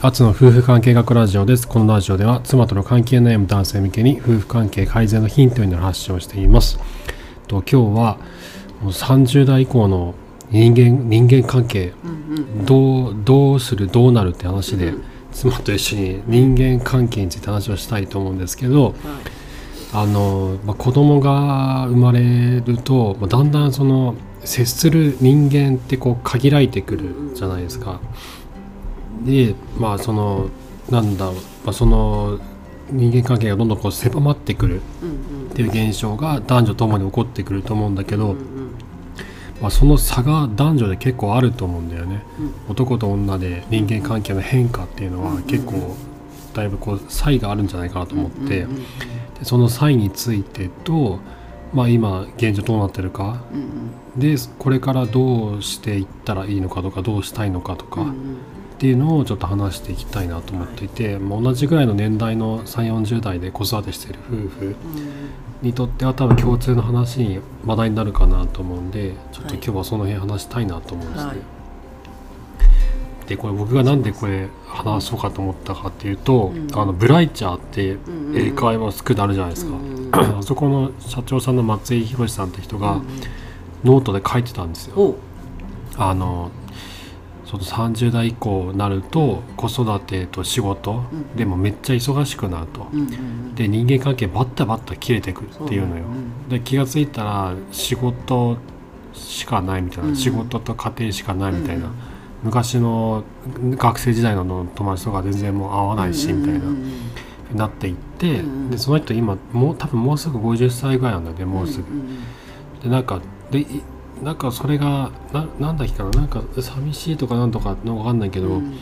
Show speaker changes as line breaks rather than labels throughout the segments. アツの夫婦関係学ラジオです。このラジオでは妻との関係を悩む男性向けに夫婦関係改善のヒントになる発信をしています。と今日はもう30代以降の人間人間関係
うん
どうどうするどうなるって話で
うん
妻と一緒に人間関係について話をしたいと思うんですけど
うんはい
あの、まあ、子供が生まれると、まあ、だんだんその接する人間ってこう限られてくるじゃないですか。でまあそのなんだろう、まあ、その人間関係がどんどんこう狭まってくる
うんうん
っていう現象が男女ともに起こってくると思うんだけど、
うん
まあ、その差が男女で結構あると思うんだよね、男と女で人間関係の変化っていうのは結構だいぶこう差異があるんじゃないかなと思って、
うんうん
でその差異についてと、まあ、今現状どうなってるか
うんうん
でこれからどうしていったらいいのかとかどうしたいのかとか
うんう
っ
ん
ていうのをちょっと話していきたいなと思っていて、まあ同じぐらいの年代の3 4 0代で子育てしてる夫婦にとっては多分共通の話に話題になるかなと思うんでちょっと今日はその辺話したいなと思うんですね。
はい
でこれ僕がなんでこれ話そうかと思ったかっていうと、
うん
あのブライチャーって
んうん
英会話スクールあるじゃないですか、
うんうん
あそこの社長さんの松井宏さんって人
う
が
んうん
ノートで書いてたんですよ。
おう
あのその30代以降になると子育てと仕事
うん
でもめっちゃ忙しくなると、
うんうんうん
で人間関係バッタバッタ切れてくっていうのよ。で気が付いたら仕事しかないみたいな、
うん
仕事と家庭しかないみたいな、
うん
昔の学生時代の友達とか全然もう会わないしみたいな、
うん
なっていって、
うんうん
でその人今もう多分もうすぐ50歳ぐらいなんだよねもうすぐ。
んん
でなんかでいなんかそれがななんだっけかななんか寂しいとかなんとかのわかんないけど、
うん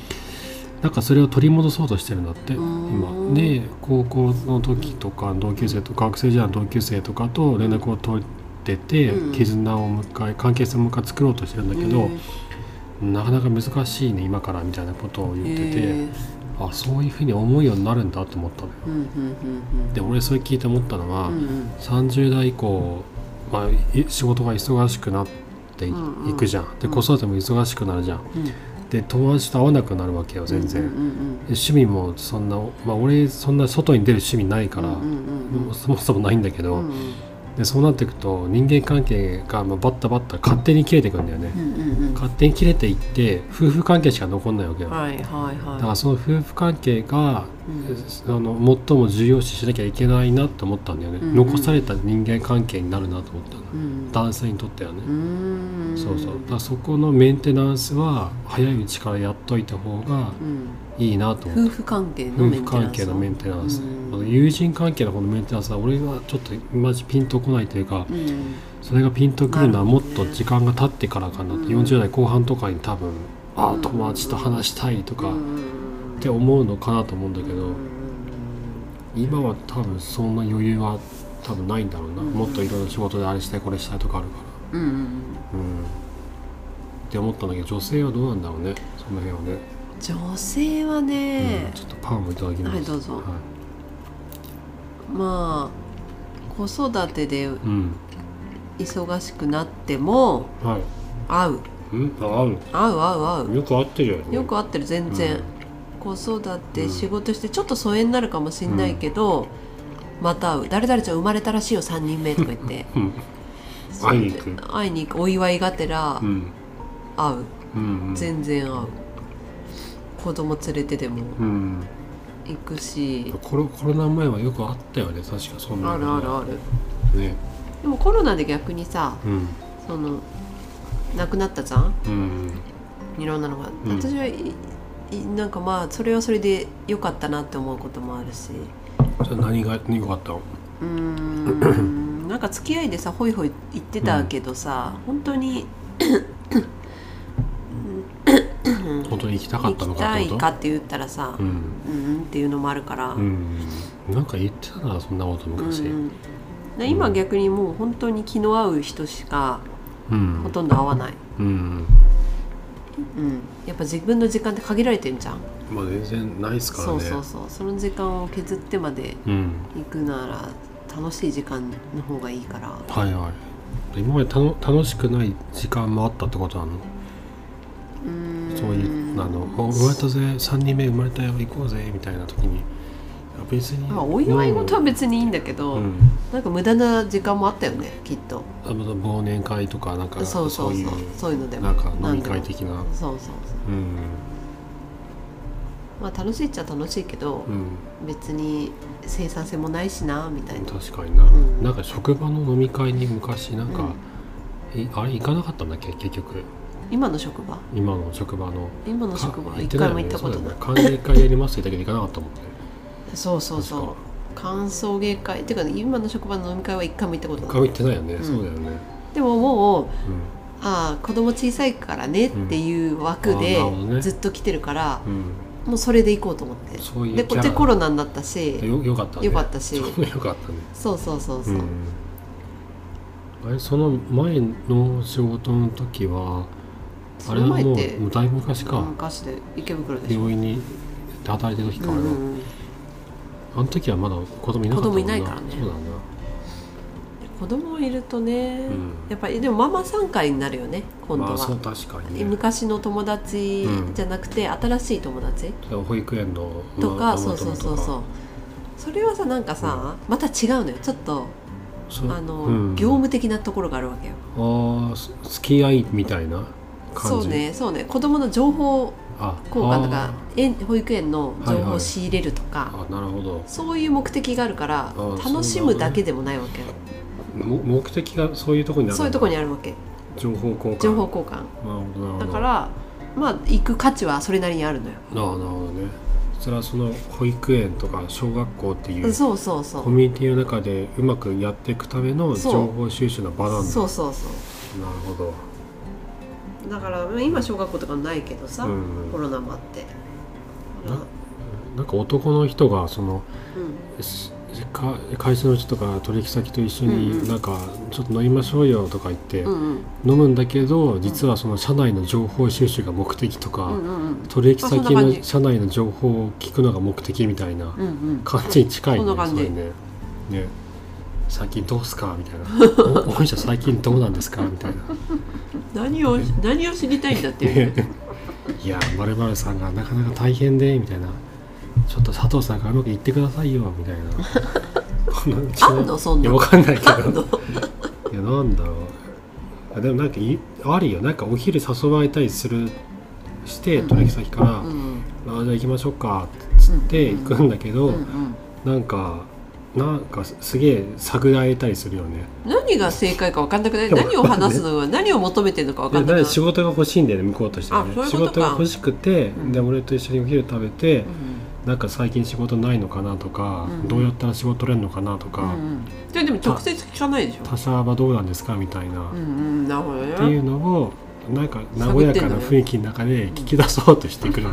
なんかそれを取り戻そうとしてるんだって
うん
今で高校の時とか同級生とか学生時代の同級生とかと連絡を取ってて、
うん
絆をもう一回関係性をもう一回作ろうとしてるんだけど、なかなか難しいね今からみたいなことを言
へ
ってて、
え
あそういうふうに思うようになるんだと思ったのよ。
うんうんうんうん
で俺それ聞いて思ったのは、
うんうん
30代以降、まあ、い仕事が忙しくなってい,、
うんうん
くじゃんで子育ても忙しくなるじゃん、
うん
で友達と会わなくなるわけよ全然、
うん
で
うん
趣味もそんな、まあ、俺そんな外に出る趣味ないから、
うんうんうん
もうそもそもないんだけど、
うんうん
でそうなっていくと人間関係がまあバッタバッタ勝手に切れていくんだよね、
うんうんうん
勝手に切れていって夫婦関係しか残んないわけよ、
はいはいはい
だからその夫婦関係が、
うん
あの最も重要視しなきゃいけないなと思ったんだよね、
うんうん
残された人間関係になるなと思ったの、
うん
男性にとってはね
う、ーん
そうそうだからそこのメンテナンスは早いうちからやっといた方が
うん
いいなと思っ
夫婦関係
た、
のメ
夫婦
ンテナンス
関係のメンテナンス、
うん
この友人関係のこのメンテナンスは俺はちょっとマジピンとこないというか、
うん
それがピンとくるのは
な
も
る
っ
ほどね
と時間が経ってからかなって、
うん
40代後半とかに多分あ
う
あ
ん
友達と話したいとか、っ
うん
て思うのかなと思うんだけど、
うん
今は多分そんな余裕は多分ないんだろうな、
うん
もっといろいろ仕事であれしたいこれしたいとかあるか
うんうん
らうんって思ったんだけど女性はどうなんだろうねその辺はね、
女性は
うん
ね、
ちょっとパンもいただきます
はいどうぞ
はい
まあ子育てで
うん
忙しくなっても
はい
合う
うんあ
合う合う合
合う
う
よく合ってるよね
よく合ってる全然、子育
う
て
ん
仕事してちょっと疎遠になるかもしんないけど、また会う誰々ちゃん生まれたらしいよ3人目とか言って
うん会いに行く
会いに行くお祝いがてら
うん
会う、
うんうん
全然合う子供連れてでも
うん
行くし、
コロコロナ前はよくあったよね確かそんな
あるあるある
るね
でもコロナで逆にさ
うん
その亡くなったじゃん
うん
いろんなのが、
うん
私はいいなんかまあそれはそれで良かったなって思うこともあるし
じゃあ何が良かったの
うー んなんか付き合いでさホイホイ言ってたけどさ、本当に
本当に行きたか
行
ったの
き
かったて
い
こと
かって言ったらさ、う、
うんん
うんっていうのもあるから、
うん、なんか言ってたなそんなこと昔、
う
うん
んで今逆にもう本当に気の合う人しか
うん
ほとんど会わない、うん、やっぱ自分の時間って限られてんじゃん、
まあ全然ないですから
そ
ね
うそうそうその時間を削ってまで
うん
行くなら楽しい時間の方がいいから
はいはい今までたの楽しくない時間もあったってことなの、
うーん
そういうあの「お生まれたぜ3人目生まれたよ行こうぜ」みたいな時にあ別に、
まあお祝い事は
も
別にいいんだけど、
う、うん、
なんか無駄な時間もあったよねきっと
あまた忘年会とかなんか
そうそうそうそう
い
いう
う
のでも
なんか飲み
な
会
んでも
的な
そうそうそう
うん
まあ楽しいっちゃ楽しいけど
う、ん
別に生産性もないしなみたいな
確かにな、
うん
なんか職場の飲み会に昔なんか、いあれ行かなかったんだっけ結局
今の職場
今の職場の
今の
か
職場は
行
一
ないよ
回も
ね
行ったことない
そうだよね歓迎会やりますって言ったけど行かなかったもんね
そうそうそう歓送迎会っていうか、今の職場の飲み会は一回も行ったこ
確
と
か他
な
は
い
行ってないよね、
ん
そうだよね、
でももう
うん
ああ子供小さいからねっていう枠で
うんああなるほどね
ずっと来てるから、
うん、
もうそれで行こうと思って
そういう
でこっちコロナになったし
よよかったね
よかったし
よかったね
そうそうそうそう、
あれその前の仕事の時はあ
そ
れ
の
は
前
も
っ
う
て
もうだいぶ昔か、
昔で池袋でしょ、
病院にで働いてる時
う
か
ん
ら
う
ね、
んうん、
あの時はまだ子供いなかったもんな
子供いないからね
そうだな
子供いるとね、
ん
やっぱりでもママ参加になるよね今度
ま
は、
あそう確かにね
昔の友達じゃなくて、新しい友達
保育園の
とか、
まあ
そう
マ
そ
マ友と
うそうそうそれはさなんかさ、また違うのよちょっと
そう
あの、
うん
業務的なところがあるわけよ
ああす付き合いみたいな感じ
そうねそうね子供の情報
あ
交換と
あ
か園保育園の情報を仕入れるとか、
ーあなるほど
そういう目的があるから
ー
楽しむだけでもないわけよ
も目的がそういうところにあるんだ
そういうところにあるわけ
情報交換
情報交換
なるほどなるほど
だからまあ行く価値はそれなりにあるのよ、
なあなるほどねそれはその保育園とか小学校っていう
そうそうそ
コ
う
ミュニティの中でうまくやっていくための
そう
情報収集の場なんだ
そうそうそう
なるほど、
だから今小学校とかないけどさ、
うん
コロナもあって
ななんか男の人がその
うん
しか会社の人とか取引先と一緒
うんうん
になんかちょっと飲みましょうよとか言って
うんうん
飲むんだけど実はその社内の情報収集が目的と
う
か
んうんうん
取引先
あそんな感
の
じ
社内の情報を聞くのが目的みたいな
うんうん
感じに近いね
そんな感じ
それねね最近どうすかみたいなお 本社最近どうなんですかみたいな
何を何を知りたいんだっていう
ねいやまるさんがなかなか大変でみたいなちょっと佐藤さんがうまくいってくださいよみたいなこのうち
あんのそん
い
な
や
の
わかんないけ
あん
ど
の
いやなんだろうあでもなんかいあるよなんかお昼誘われたりするして取引先から「
うん
あ
うん
じゃあ行きましょうか」っつって行くんだけど、
うんうん
なんかなんかすすげえ探られたりするよね
何が正解か分かんなくない
いや
何を話すのか何を求めてるのか分
で
かんな
なん
くな
か
い
仕事が欲しいんだよね向こうとしてはね
あそういう
仕
ことか
事が欲しくて、
うん
で俺と一緒にお昼食べて、
うん
なんか最近仕事ないのかなとか、
うん
どうやったら仕事取れるのかなとか、
うんうんででも直接聞かないでしょ
他社はどうなんですかみたいな、
う
っ
んうんなるほどね
ていうのをなんか和やかな雰囲気の中で聞き出そうとしてく る、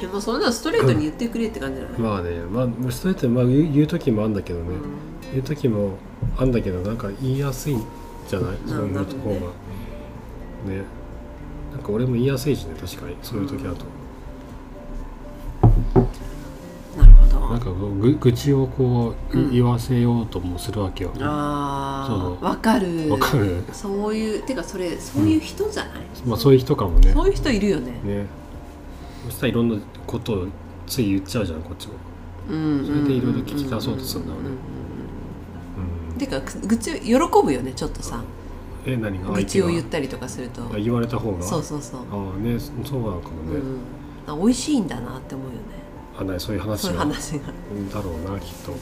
でもそんなのストレートに言ってくれって感じじゃない、
まあねまあそうやってまあ言う言う時もあんだけどね、
うん
言う時もあんだけどなんか言いやすいんじゃない
ん
そういうところがねなんか俺も言いやすいしね確かにそういう時だと、
なるほど
なんかこうぐ愚痴をこう、
うん
言わせようともするわけよわ
あ
そう
あわかる
かる、
そういうてかそれそういう人じゃない、
まあ、そういう人かもね
そういう人いるよね
ねそしたらいろんなことをつい言っちゃうじゃんこっちも
うん
それでいろいろ聞き出そうとするんだろうね
う
うん
んてか愚痴喜ぶよねちょっとさ
え何が
愚
相手
痴
が
を言ったりとかすると
あ言われた方が
そうそうそう、
ああねそそうなのかも
う
ね、
ん、あ美味しいんだなって思うよね
あなにそういう話
そういう
が
話が
だろうなきっと、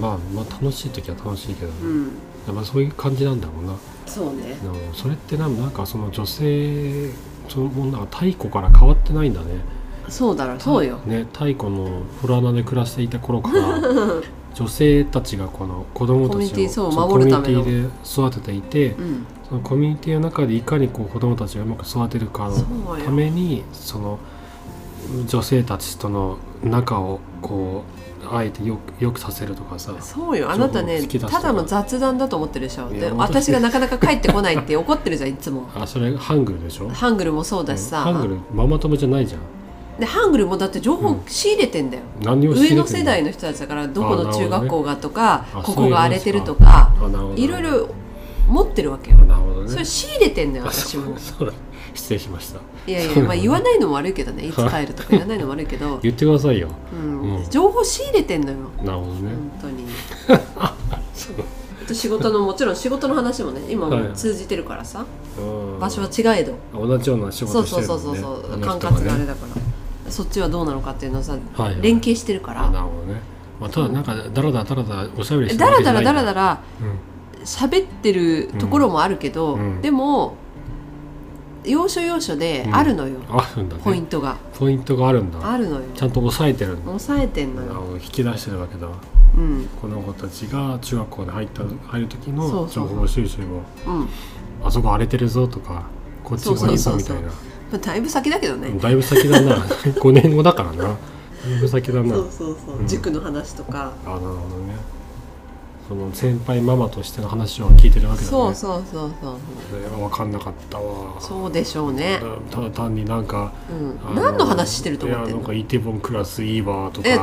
まあまあ楽しい時は楽しいけど、
う
ね
ん
まあそういう感じなんだろうな
そうね
でもそれってなんなんかその女性そのものが太古から変わってないんだね
そうだろうそうよ
ね太古のフラナで暮らしていた頃から 女性たちがこの子供た
コミュニテ
ち
ィ
を
そう
の
守るための
コミュニティで育てていて
うん
そのコミュニティの中でいかにこう子供たちがうまく育てるかの
そう
た
よ
めにその女性たちとの仲をこうあえてよくよくさせるとかさ
そうよあなたね
情報を引き出すとか
ただの雑談だと思ってるでしょ
いや
で
本当
私がなかなか帰ってこないって怒ってるじゃんい つも
あそれハングルでしょ
ハングルもそうだしさ
ハングルママ友じゃないじゃん
でハングルもだって情報
うん
仕入れてんだよ、
何を
上
知れ
の
て
世
んの
代の人たちだからどこ
あなる
の
ほど
中
ね
学校がとか、
あそう
こ
い
こ
う
が
話
荒れてると
あ
か
なるほど
いろいろ持ってるわけよ
なるほどね
それ仕入れてんのよ
あ
私
そう
も
そうだ失礼しました
いやい
そう
や、
なの
まあ、言わないのも悪いけどねいつ帰るとか言わないのも悪い けど、
言ってくださいよ
うん
うん
情報仕入れてんのよ
なるほどね、
本当 にあと仕事のもちろん仕事の話もね今もう通じてるからさ、
うん
場所は違えど
同じような仕
そ
事
う
し
そ
て
う
る
そ
も
うん
ね
そうそう、
あの
管
人が
轄があれ
ね
だからそっちはどうなのかっていうのをさ、
はいはい
連携してるか
あな
ら
るほどねまあただなんかだらだらだらだらおしゃべりして
だ
るわ
ら
けじ
だ
ゃな
ら
い
だらだら
うん
喋ってるところもあるけど、
うん
でも要所要所であるのよ、
あるんだね
ポイントが
ポイントがあるんだ
あるのよ
ちゃんと抑えてるんだ
抑えてんの
あ
よ、
の引き出してるわけだ
うん
この子たちが中学校で入った入る時
そ
の
うそ
情
うそう
報収集を
うん
あそこ荒れてるぞとかこっちがいいぞみたい
そうそう
な
まあ、だいぶ先だけどね、
だいぶ先だな 5年後だからなだいぶ先だな
そうそうそう、
うん
塾の話とか、
あなるほどねその先輩ママとしての話を聞いてるわけだね
そうそうそうそう
それは分かんなかったわ
そうでしょうね、
たただ単になんか
うん
あ
何の話してると思っ
い
て
や
ん
なん
の
かイテボンクラスいいわとか
え違う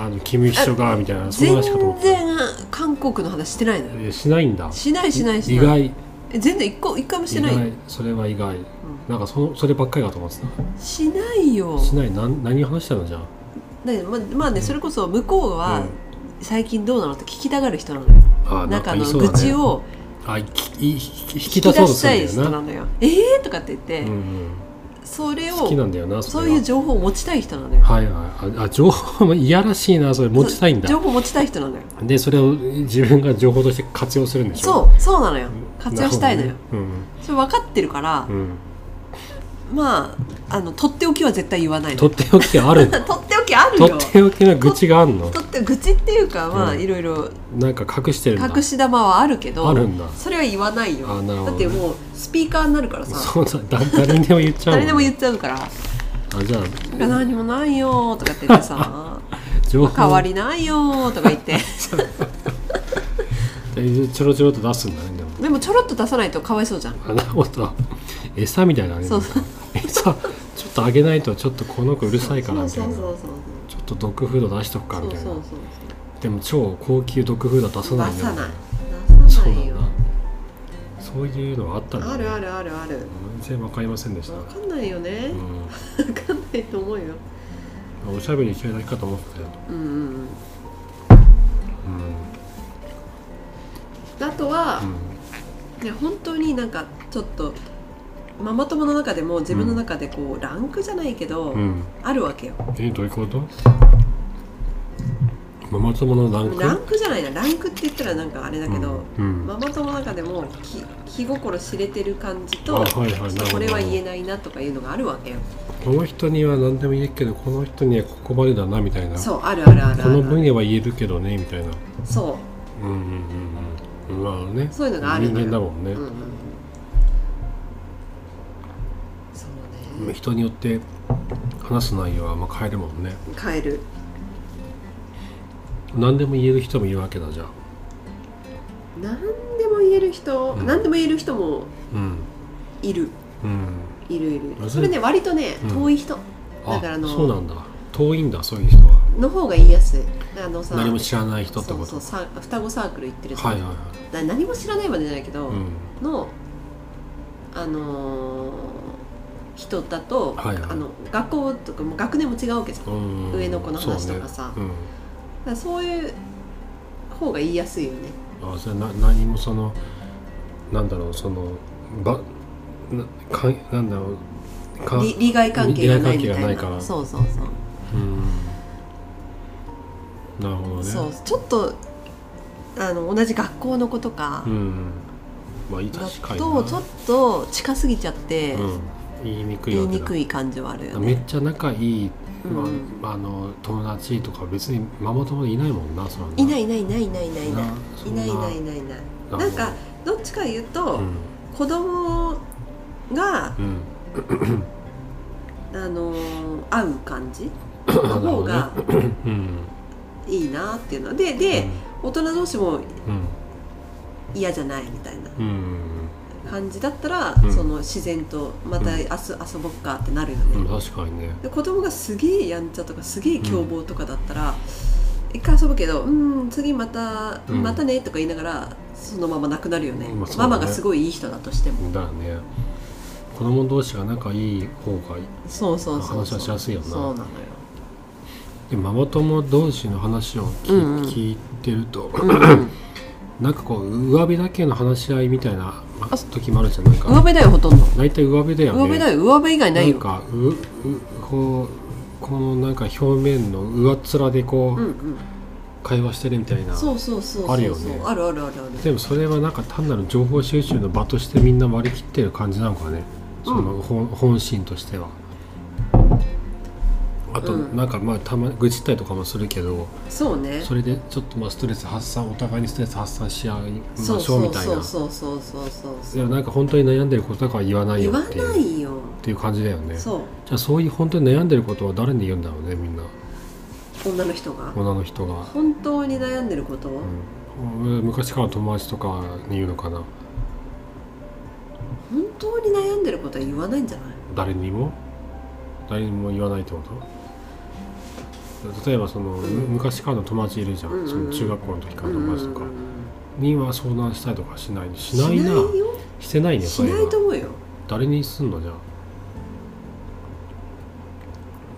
あの君一緒がみたいなそんな
全
話かと思って
然韓国の話してないのよ
えしないんだ
しないしないし
意
ない
外
え全然一個一回もして
意
ないよ
外それは意外なんかそそればっかりかと思って
しないよ
たしないなん何話したのじゃあ
ねままあねそれこそ向こうは最近どうなのって聞きたがる人なのよ
あなんか
中
言い
の
そうだ
愚
ね
痴を
あいきい引き引
聞
き
き出
出そうと
し
す
たい
るんだ
人
よ
な
な
のよ「えー!」とかって言って、
うんうん
それ
好きな
を
んだよな
そ
そうれは
いう情報を持ちたい人なのよ
はいはいああ情報もいやらしいなそれ持ちたいんだ
情報持ちたい人なのよ
でそれを自分が情報として活用するんでしょ
そうそうなのよ
ん
活用したいのよ、
なるほどね
それ分かってるから
う、んうん
まああの取っておきは絶対言わないの
とっておきがあ るんだ
取っておきあるよ
とっておきの愚痴があるの
取って愚痴っていうかまあ、
うん
いろいろ
なんか隠してるんだ
隠し玉はあるけど
あるんだ
それは言わないよ
あなるほ
だ
ど
っ
ね
てもうスピーカーになるからさ
そうだだ誰にでも言っちゃう
誰でも言
っ
っちゃうから
あじゃ
「何もないよ」とかって言って さ
あ情
「変
報
わりないよ」とか 言って
えちょろちょろっと出すんだねでも
でもちょろっと出さないとかわいそうじゃん
あなるほど餌みたいなね
そうそう
餌ちょっとあげないとちょっとこの子うるさいからみたいな
そうそうそう
ちょっとドッグフード出しとくか
そうそ
み
う
たい
そ
な
う
でも超高級ドッグフードは出
そ
さ
う
ない
出
んだ
さ
よ
ない
ね
出さ
そう
な
ないん
よ
だそういうのはあったんだ、ね、
あるあるあるある
全然わかりませんでした、
分かんないよね
う
分かんないと思うよ
ん、おしゃべりしてるだけかと思ってたよ、
うんうんうん
うん
あとは、ね、本当になんかちょっとママ友の中でも自分の中でこう、ランクじゃないけど、
うんうん、
あるわけよ
えどういうことママ友のランク
ランクじゃないなランクって言ったらなんかあれだけど、
うんうん
ママ友の中でも気気心知れてる感じと、
あはいはい
ちょっとこれは言えないなとかいうのがあるわけよ
この人には何でも言えるけどこの人にはここまでだなみたいなこ
そうあるあるあるあ
の
る
分野は言えるけどねみたいな
そ
うんうんうんうんなるほどね
そういうのがある
人
のよ
間だもんね
う、うんうんうんそうね
人によって話す内容はあんま変えるもんね
変える
何でも言える人もいるわけだじゃあ
何でも言える人、
うん
何でも言える人も
うん
いる
うん
いるいるい
あ
るそれね割とね
うん
遠い人、
あ
だからあの
そうなんだ遠いんだそういう人は
の方が言いやすいあのさ
何も知らない人ってこと
そうそうさ双子サークル行ってるさ、
はいはいはい
な何も知らないまでじゃないけど、
うん
のあのー人だと、
はいはい
あの学校とかも学年も違うわけじゃんだか
うん
上の子の話とかさ
そうね
らそういう方が言いやすいよね
うん、あそれな何もそのなんだろうそのばなかなんだろうか
利利害関係がないみた
利
い
害関係が
な
ないから
そうそうそう
うんなるほどね
そうちょっとあの同じ学校の子とか
うんまあいい
だ
確かにな
とちょっと近すぎちゃって、
うん、言いにくい
言い
わけ
に
だ
くい感じはあるよ
め
ね
っちゃ仲いい、まあ
うん
あの友達とか別にママ友いないもんなそ
いないいいないいないいないいないいない
なそん
い
な
ないいないいないいない
な
なんかどっちか言うと、
うん
子供が
う、ん
あのー会う感じ
の
の方が
うん
いいなっていうのでで、大人同士も
うん
嫌じゃないみたいな
うんうん
感じだったら、
うん
その自然とまた
うん
明日遊ぼっかってなるよ
うん、
ね、
確かにね
で子供がすげえやんちゃとかすげえ凶暴とかだったら、一回遊ぶけど「うん次また
うん
またね」とか言いながらそのままなくなるよね,、
まあそうだ
マ
ね
マがすごいいい人だとしても
だよね子供同士が仲いい方がいい
そうそうそう
話はしやすいよな
そうなのよ
でママ友同士の話を聞,、
うんうん
聞いてると、
うんうん
なんかこう上辺だけの話し合いみたいなま
あ
時もあるじゃんない
上
か
辺だよほとんど
大体上辺だよね
上辺だよ上辺以外ない
ん
よ
かううこうこのなんか表面の上っ面でこ
う
う、
んうん
会話してるみたいな
そうそうそうそうそう
あるよね
あるあるあるある
でもそれはなんか単なる情報収集の場としてみんな割り切ってる感じなのかねその本,、本心としてはあと
うん
なんかまあたま愚痴ったりとかもするけど、
そうね
それでちょっとまあストレス発散お互いにストレス発散し合い
そ
ま
う
しょう
そ
み
う
たい
そ
な
うそうそうそうそう
いやなんか本当に悩んでることとかは言わない
言
よ
わ
っていう
な
っ
いよ
ていう感じだよねじ
そう
ゃあそういう本当に悩んでることは誰に言うんだろうねみんな
女の人が
女の人が、
本当に悩んでることを、
うん、昔からの友達とかに言うのかな
本当に悩んでることは言わないんじゃない
誰にも誰にも言わないってこと例えばその、
うん
む昔からの友達いるじゃん、
うんうんうん
その中学校の時からの友達とか
うんうんう
に
ん
は相談したりとかしないし
し
な
ないい
な
よ
してないね
し
そうい
な
う
いと
の
思うよ
誰にすんのじゃあ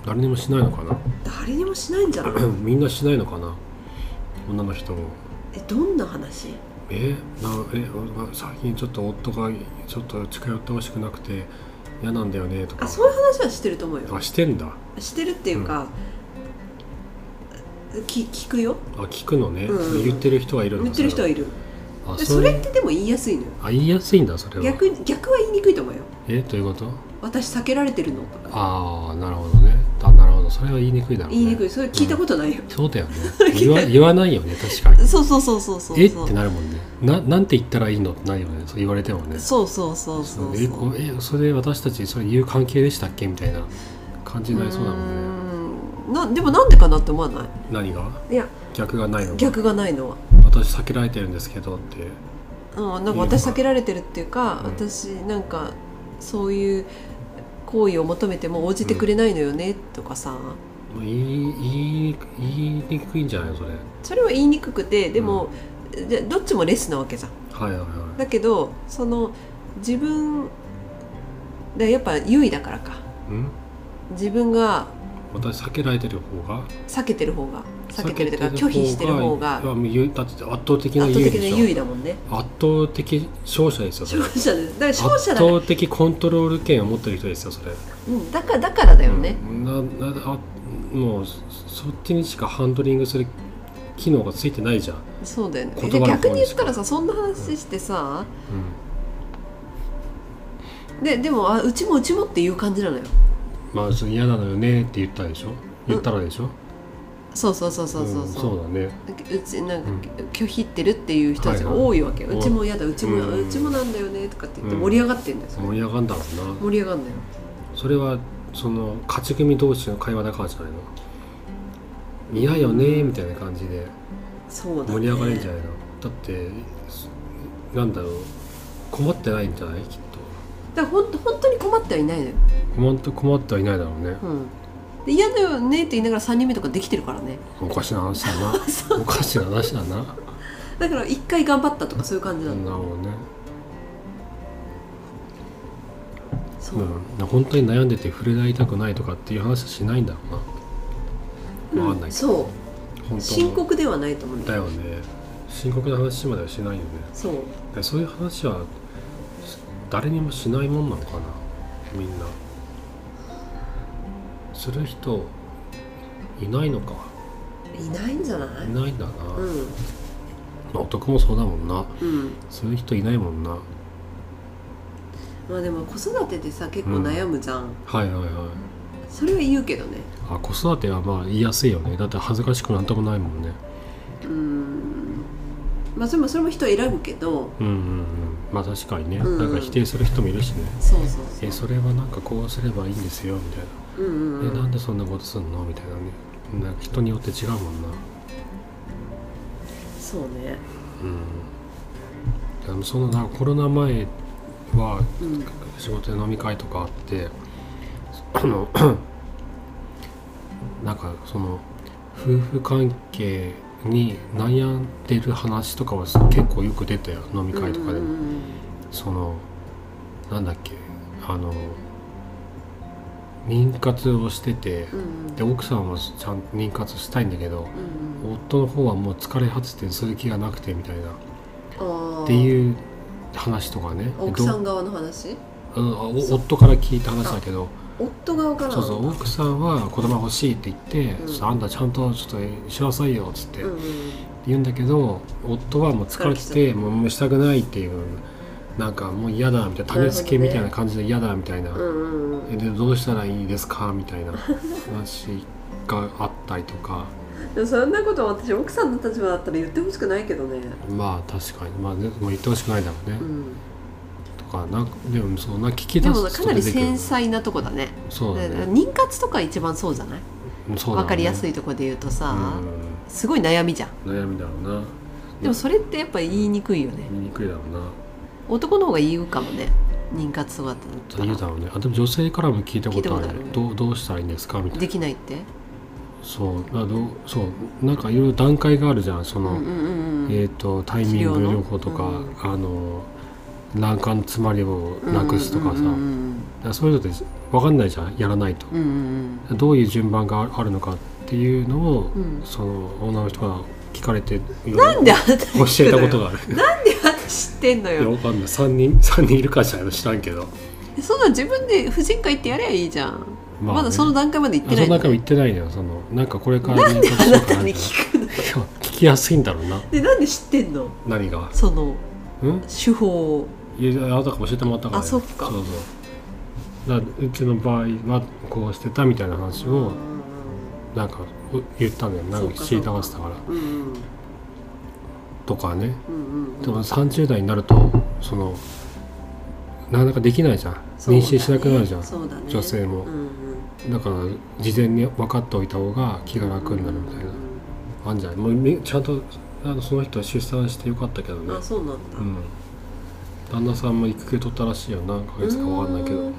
誰にもしないのかな
誰にもしないんじゃない
みんなしないのかな女の人も
えどんな話
えなえ俺が最近ちょっと夫がちょっと近寄ってほしくなくて嫌なんだよねとか
あそういう話はしてると思うよ
あしてんだ
してるっていうか、き聞くよ
あ聞くのね、
うん
言ってる人がいるの
言ってる人はいいる
あ
で
そ
そ
れ
れってでも言いやすいのよ
あ言いやすいんだそれは
逆に逆は言いにくいと思うよ
えどういうこと
私避けられてるのとか
ああなるほどねあなるほどそれは言いにくいだろう、ね、
言いにくいそれ聞いたことないよ、
そうだよ ね言わ言わないよね確かに
そうそうそうそうそう
えってなるもんねななんて言ったらいいのってなるよねそう言われてもね
そうそうそうそう
え
そう
こえそれで私たちそれ言う関係でしたっけみたいな感じになりそうだもんね
うーんなでもなんでかなって思わな
何が
いいや
逆がないのか
逆がないのは、
私避けられてるんですけどって
うん、なんか
いいの
私
か
避けられてるっていうか、
うん
私なんかそういう行為を求めても応じてくれないのよねとかさ、
言い言い言いにくいんじゃないのそれはい
それは言いにくくてでも、じゃどっちもレスなわけじゃん
はいはい
だけどその自分だやっぱ優位だからか
うん
自分が
私避けられてる方が
避けてる方が避けてるというか拒否してる方が
いやもうゆだって圧倒的
圧
な
倒
優位
的
で
な
しょ
優位だもんね
圧倒的勝者ですよそれ
勝者ですだから勝
圧
者だから
倒的コントロール権を持ってる人ですよそれ
うん、だからだからだよね、
うんななあもうそそっちにしかハンドリングする機能がついてないじゃん、
そうだよね
言
で
葉の方
逆に
に
言っ
したから
さそんな話してさ、ででもあうちもうちもっていう感じなのよ
まあそれ嫌なのよねって言ったでしょ言ったらでしょ、
そうそうそうそうそうそ
ん
う、
だね
うちなんか、
うん
拒否ってるっていう人たちが多いわけよ、
はいはいう
ちも嫌だうちも、
う
うんちもなんだよねとかって言って
うん
盛り上がってんだよ、それ
盛り上がんだろうな
盛り上がんだよ
それはその勝ち組同士の会話だからじゃないの嫌よねみたいな感じで
そうだ、ね、
盛り上がれんじゃないのだってすなんだろう困ってないんじゃないきっ
だからほんと本当に困ってはいないのよ、
と困って困ってはいないだろうね
うん、で嫌だよねって言いながら3人目とかできてるからね
おかしな話だ なおかしな話だな
だから一回頑張ったとかそういう感じな
なん
の、
だろうね、
そうう、
ん、本当に悩んでて触れられたくないとかっていう話はしないんだろうなわかんないけど、
そ
本
う
当
深刻ではないと思うんだ
だ
よ
よね深刻な話まではしないよね
そう
でそういう話はし誰にもしないもんなのかなみんなする人いないのか
いないんじゃない
いないんだな、
うん
男もそうだもんな
うん
そういう人いないもんなは
まあでも子育てでさ結構悩むじゃん、
いはいはい
それは言うけどね
あ子育てはまあ言いやすいよねだって恥ずかしくなんともないもんね
うんまあそれもそれも人選ぶけど
うんうんうんまあ確かにね、
うんうん
なんか否定する人もいるしね
そうそうそう
えそれはなんかこうすればいいんですよみたいな
うんうん
え
う
なん
ん
でそんなことすんのみたいなねなんか人によって違うもんな
そうね
うんでもそのなんかコロナ前は
うん
仕事で飲み会とかあってあの なんかその夫婦関係に悩んでる話とかは結構よく出たよ飲み会とかでも、
うんうん
そのなんだっけあの妊活をしてて
うんうん
で奥さんはちゃんと妊活したいんだけど
うんうん
夫の方はもう疲れ果ててする気がなくてみたいな
あー
っていう話とかね
奥さ
ど
ん側の話
うんあお夫から聞いた話だけど
夫側から
そうそう奥さんは子供欲しいって言って、
うん
ちょっとあんたちゃんとちょっとしなさいよっつって
うんうん
言うんだけど、夫はもう疲れて
疲れ
て
てた
もうもうしたくないっていうなんかもう嫌だみたいな種付けみたいな感じで嫌だみたいな、
うんうんうん
でどうしたらいいですかみたいな話があったりとか
でもそんなこと私奥さんの立場だったら言ってほしくないけどね
まあ確かにまあ、ね、もう言ってほしくないだろうね、
うん
とかなんかでもそんな聞き出
ですも
と
かなり
出てくる
繊細なとこだね
そうだね
妊活とか一番そうじゃない
そうだね
分かりやすいとこで言うとさ
う
すごい悩みじゃ
ん
ん
悩みだろうな
でもそれってやっぱ言いにくいよね
見にくいだろうな
男の方が言うかもね妊活とかだったら
言うだろうねあでも女性からも聞いたことある
聞いたことある
どうどうしたらいいんですかみたいな
できないって
そうあどうそうなんかいろいろ段階があるじゃんそ
うん
の、
うんうんうん
えっ、とタイミング
治療の
療法とか、
うん
あの卵管の詰まりをなくすとかさ、
うんうん
だからそういうのって分かんないじゃんやらないと
うんうん
どういう順番があるのかっていうのを、
うんうん
その女の人が聞かれて
なんであなた
教えたことがある
なんで私知ってんの
いや
よ
わかんない3人三人いるかじゃないの知らんけど、
そんな自分で婦人会ってやればいいじゃん、ま
あね
だその段階まで行ってない
その
の
中も言ってないのよそのなんかこれから
なんであなたに
聞
聞くの
聞きやすいんだろうな
でなんで知ってんの
何が
その
うん
手法を
いやあなたから教えてもらったから、
あそっか
そうそうだからうちの場合はこうしてたみたいな話をなんか言ったんだよなんか知りたがってたから
うんうん
とかね
うんうん
でも30代になるとそのなかなかできないじゃん妊娠しなくなるじゃん
そうだね
女性も
うんうん
だから事前に分かっておいた方が気が楽になるみたいなあんじゃないもうみちゃんとあのその人は出産してよかったけどね
あそうなんだ、
うん旦那さんも育休取ったらしいよ何ヶ月か分かんないけどう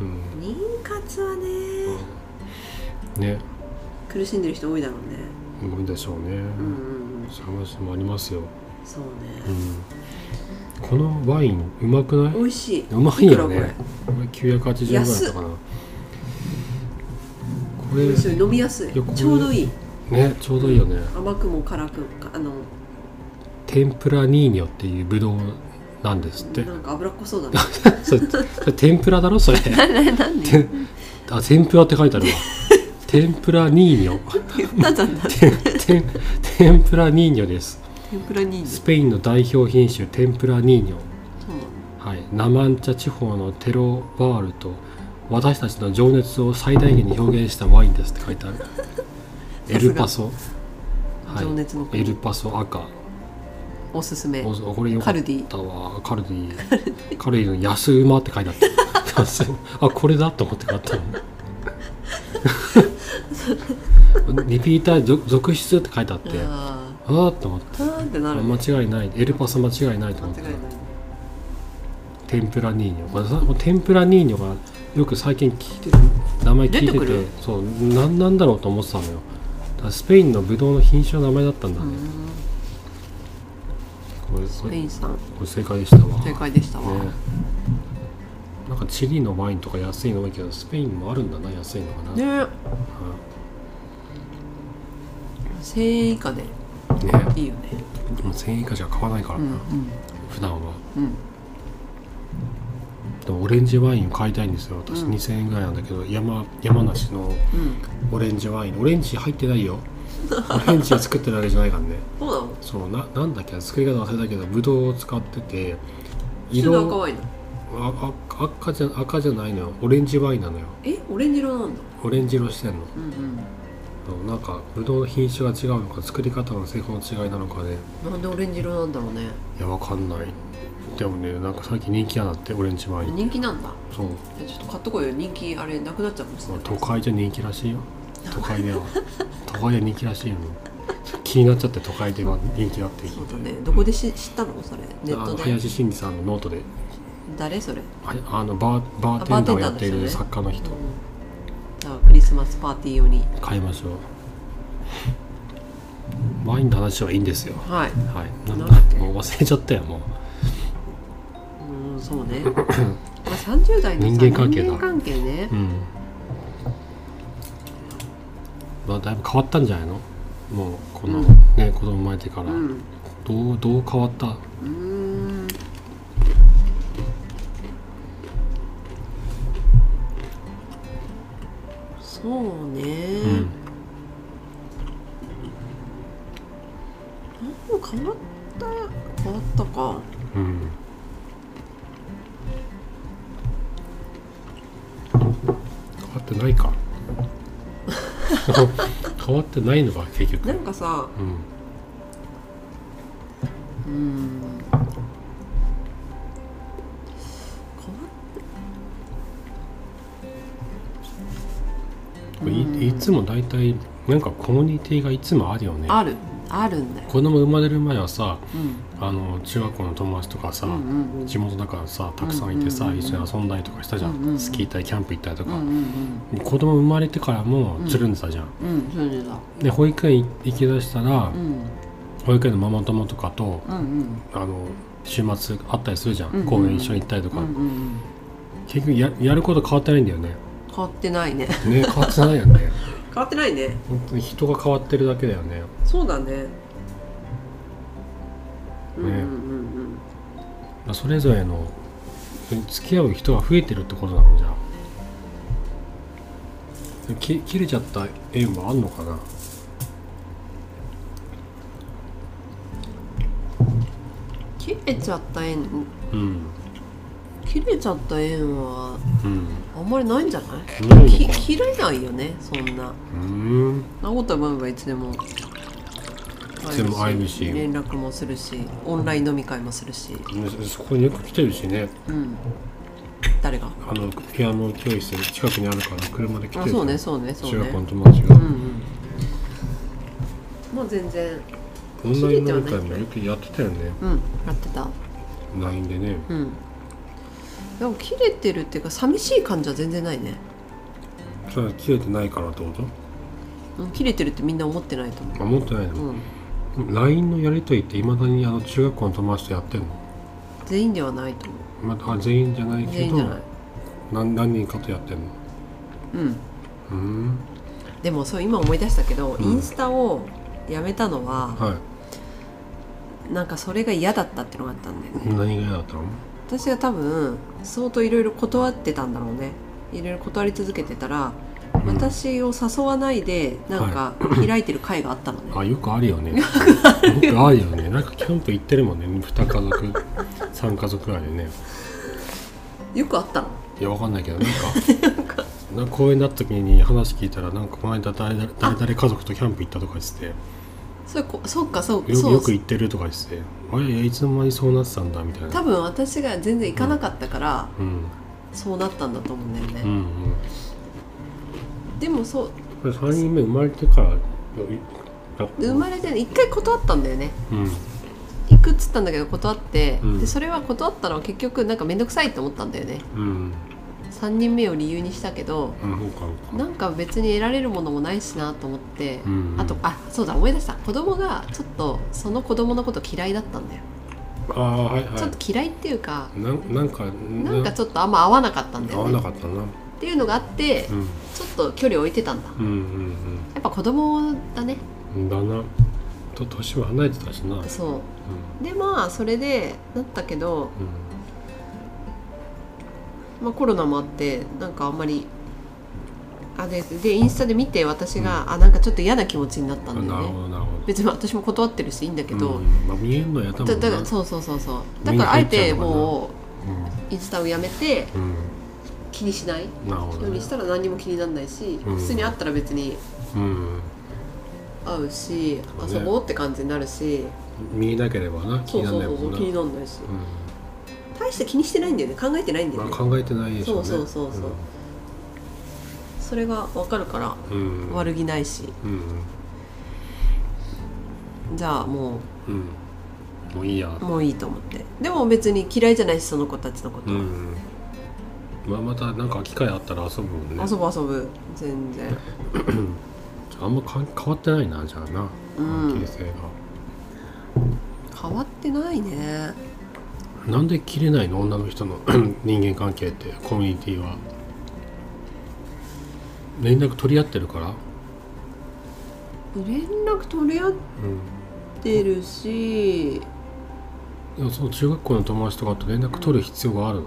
うんん妊活はね、
ね
苦しんでる人多いだろうね
多いでしょうね、
うんうんうん
そういう話もありますよ、
そう
う
ね、
ん、このワインうまくない
美味しいう
まいよ
いく
ね
らこ
これ980円ぐらいだったかなこれ
れそう飲みやすい
いやこういう
ちょうどいい
ねちょうどいいよね
甘くも辛くもかあの
天ぷらニーニョっていうぶどうなんですって
なんか脂っこそうだ ね
それそれ天ぷらだろそれ
何で
てあ天ぷらって書い てあるわ天ぷらニーニョ
言ったじゃんだって
天 天天ぷらニーニョです
天ぷらにいい
スペインの代表品種天ぷらニーニョ
そうなんだ
はい、ラマンチャ地方のテロワールと私たちの情熱を最大限に表現したワインですって書い てあるエルパソ、は
情熱の
い、エ
国
ルパソ赤
おすすめ
おこれよか
カ
っ
ルディ
たわカルディカルディの安馬って書いてあった 安あこれだと思って買 ったのリピーター続続出って書いてあってああ
あ
ーっと思って
ーあーって
あ
なるね
間違いないエルパソ間違いないと
間
思っ
違
てた
いない
天ぷらニーニョこれさこの天ぷらニーニョがよく最近聞いて名前聞いて
出て
て
くる
そう何なんだろうと思ってたのよだからスペインのブドウの品種の名前だったんだ
う
ね、
ん
これ
ス
こ
ペ
れ
インさん
これ正解でしたわ
正解でしたわ、
ねなんかチリのワインとか安いの多いけどスペインもあるんだな安いのかな、
ね1000円以下で
うんね
いいよね
でも1000円以下じゃ買わないから
う
な、
んうん
普段は
うん
でもオレンジワインを買いたいんですよ私
うん
2000円ぐらいなんだけど山山梨の
うん
オレンジワインオレンジ入って ないよオレンジは作ってるわけじゃないからね
そうなの
そうななんだっけ作り方忘れたけどブドウを使ってて
色
色
が可愛いな
ああ赤じゃ赤じゃないのよオレンジワインなのよ
えオレンジ色なんだ
オレンジ色してんの
うんうん
そうなんかブドウの品種が違うのか作り方の製法の違いなのかね
なんでオレンジ色なんだろうね
いやわかんないでもねなんか最近人気やなってオレンジワイン
人気なんだ
そう
えちょっと買っとこうよ人気あれなくなっちゃうかもしれ
まあ
ない
都会じゃ人気らしいよ都会 では都会で人気らしいよ気になっちゃって都会では人気だって
そうだねどこでし知ったのそれネ
あ
ット
の
で
林真司さんのノートで
誰それ
はいあのバーバーテンダーをやっている作家の人
うんじゃあクリスマスパーティー用に
買いましょうワインの話はいいんですよ
はい
はいなんだ
なんだっけ
もう忘れちゃったよもう
うんそう ねまあ30代のさ
人間関係だ
人間関係ね
うんまあだいぶ変わったんじゃないのもうこの、
うん
ね子供生まれてか
う
ら、
ん
どうどう変わった
うーんそうね、
うん
何も変わった変わったか
うん変わってないか 変わってないのか結局
なんかさ
うん
うーん変わ
これい
うん
いつも大体なんかコミュニティがいつもあるよね
っあるあるんだよ、
子供生まれる前はさ
うん
あの中学校の友達とかさ、
うんうんうん
地元だからさたくさんいてさ、
うんうんうん
一緒に遊んだりとかしたじゃん、
うんうんうん
スキー行ったりキャンプ行ったりと
う
か、
んうん
子供生まれてからもつるんでたじゃん、
うんうんそうだ
で保育園行きだしたら、
うん
保育園のママ友とかと
うんうん
あの週末会ったりするじゃん、
うんうん
公園一緒に行ったりと
う
か、
んうん
結局ややること変わってないんだよね
変わってないね
ね変わってないよね
変わってないね
本当に人が変わってるだけだよね
そうだねうんうんうんうん
それぞれの付き合う人が増えてるってことなのじゃあき切れちゃった縁はあんのかな
切れちゃった縁
うん
切れちゃった縁は
うん
あんまりないんじゃない
ないの
き
か
切れないよねそんな
うん
なこと思えばいつでも
つでも会えるし
連絡もするしオンライン飲み会もするし
そそこによく来てるしね
うん誰が
あのピアノ教室近くにあるから車で来てる
あそうねそうねそう
中学
ね
校の友達が、
うんうんまあ全然
オンライン飲み会もよくやってたよね
うんやってた
LINE でね
うんでも切れてるっていうか寂しい感じは全然ないね、
それは切れてないからってこと
うん、切れてるってみんな思ってないと思
あ持ってないの、
う、うん、
LINE のやりとりっていまだにあの中学校の友達とやってんの、
全員ではないと思
まあ、全員じゃないうけ
全員
ど
じゃない
何何人かとやってんの
う
う
ん
ん
でもそう今思い出したけど、
ん
インスタをやめたのは、
は
なんかそれが嫌だったってのがあったんだよね
い何が嫌だったの
私が多分相当いろいろ断ってたんだろうねいろいろ断り続けてたら、
うん
私を誘わないでなんか開いてる会があったのね、
あよくあるよ ねよくあるよねなんかキャンプ行ってるもんね2家族3家族ぐらいでね
よくあったの
いやわかんないけどなんか なんか公園だった時に話聞いたらなんかこの間誰々誰々家族とキャンプ行ったとか言って
それこそうかそう
てよ
そう
よく行ってるとか言っててあれいやいつの間にそうなってたんだみたいな
多分私が全然行かなかったから、
うん
そうなったんだと思うんだよね、
うんうん
でもそう
これ3人目生まれてからあ
生まれてね一回断ったんだよね
うん
行くっつったんだけど断って、
うん
でそれは断ったのは結局なんか面倒くさいって思ったんだよね
うん
3人目を理由にしたけど
うんそうかそう
な
か
んか別に得られるものもないしなと思って、
うん
あとあそうだ思い出した子供がちょっとその子供のこと嫌いだったんだよ、
ああはいは
ちょっと嫌いっていうか
いなんなんか
なんかちょっとあんま合わなかったんだ
合
よ
わ
ね
なかったな
っていうのがあって、
うん
ちょっと距離を置いてたんだ
うん
やっぱ子供だね
うんうんだなと年も離れてたしなうん
そうでまあそれでなったけど、まあ、コロナもあってなんかあんまりあででインスタで見て私が、あなんかちょっと嫌な気持ちになった
うんん
だ
なる
よ
ほ
ね
どなるほど
別に私も断ってるしいいんだけど、
うんまあ、見えんのやったもん
だ
な
だからそうそうそうそうだからあえてもうインスタをやめて
うん、
気にしないよ
うん、なるほどね
うにしたら何にも気にならないし、
うん
普通に会ったら別に
うん
会うし
そうね
遊ぼうって感じになるし
見えなければな気
そ
に
う
なら
そう
ないも
そうそ
ん
う
な
気にならないし
うん
大して気にしてないんだよね考えてないんだよ
まあ、
ね、
考えてないでしょね
そうそうそうそうそれが分かるから
うん、うん、
悪
い
気ないし
うん
じゃあも
うんもういいや
うもういいと思ってでも別に嫌いじゃないしその子たちのこ
う
と、
んまあまたなんか機会あったら遊ぶもんね
遊ぶ遊ぶ全然
あんまかん変わってないなじゃあな
うん
関係性が、
変わってないね
なんで切れないの女の人の 人間関係ってコミュニティは連絡取り合ってるから、
連絡取り合っ
うん、
てるし
でもその中学校の友達とかと連絡取る必要があるの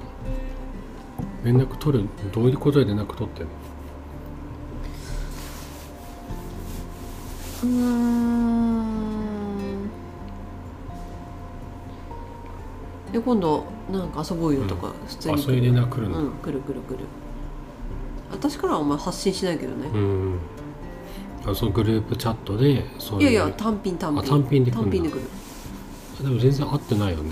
連絡取るどういうことで連絡取ってんの
うーんで今度なんか遊ぼうよとか、普通に
あそういう連絡来るの
うん来る来る来る私からはあんま発信しないけどね、
うんあそのグループチャットでそう
い
い
や
う
いや単品単品
あ単品で来るんだ
単品で来る
でも全然会ってないよね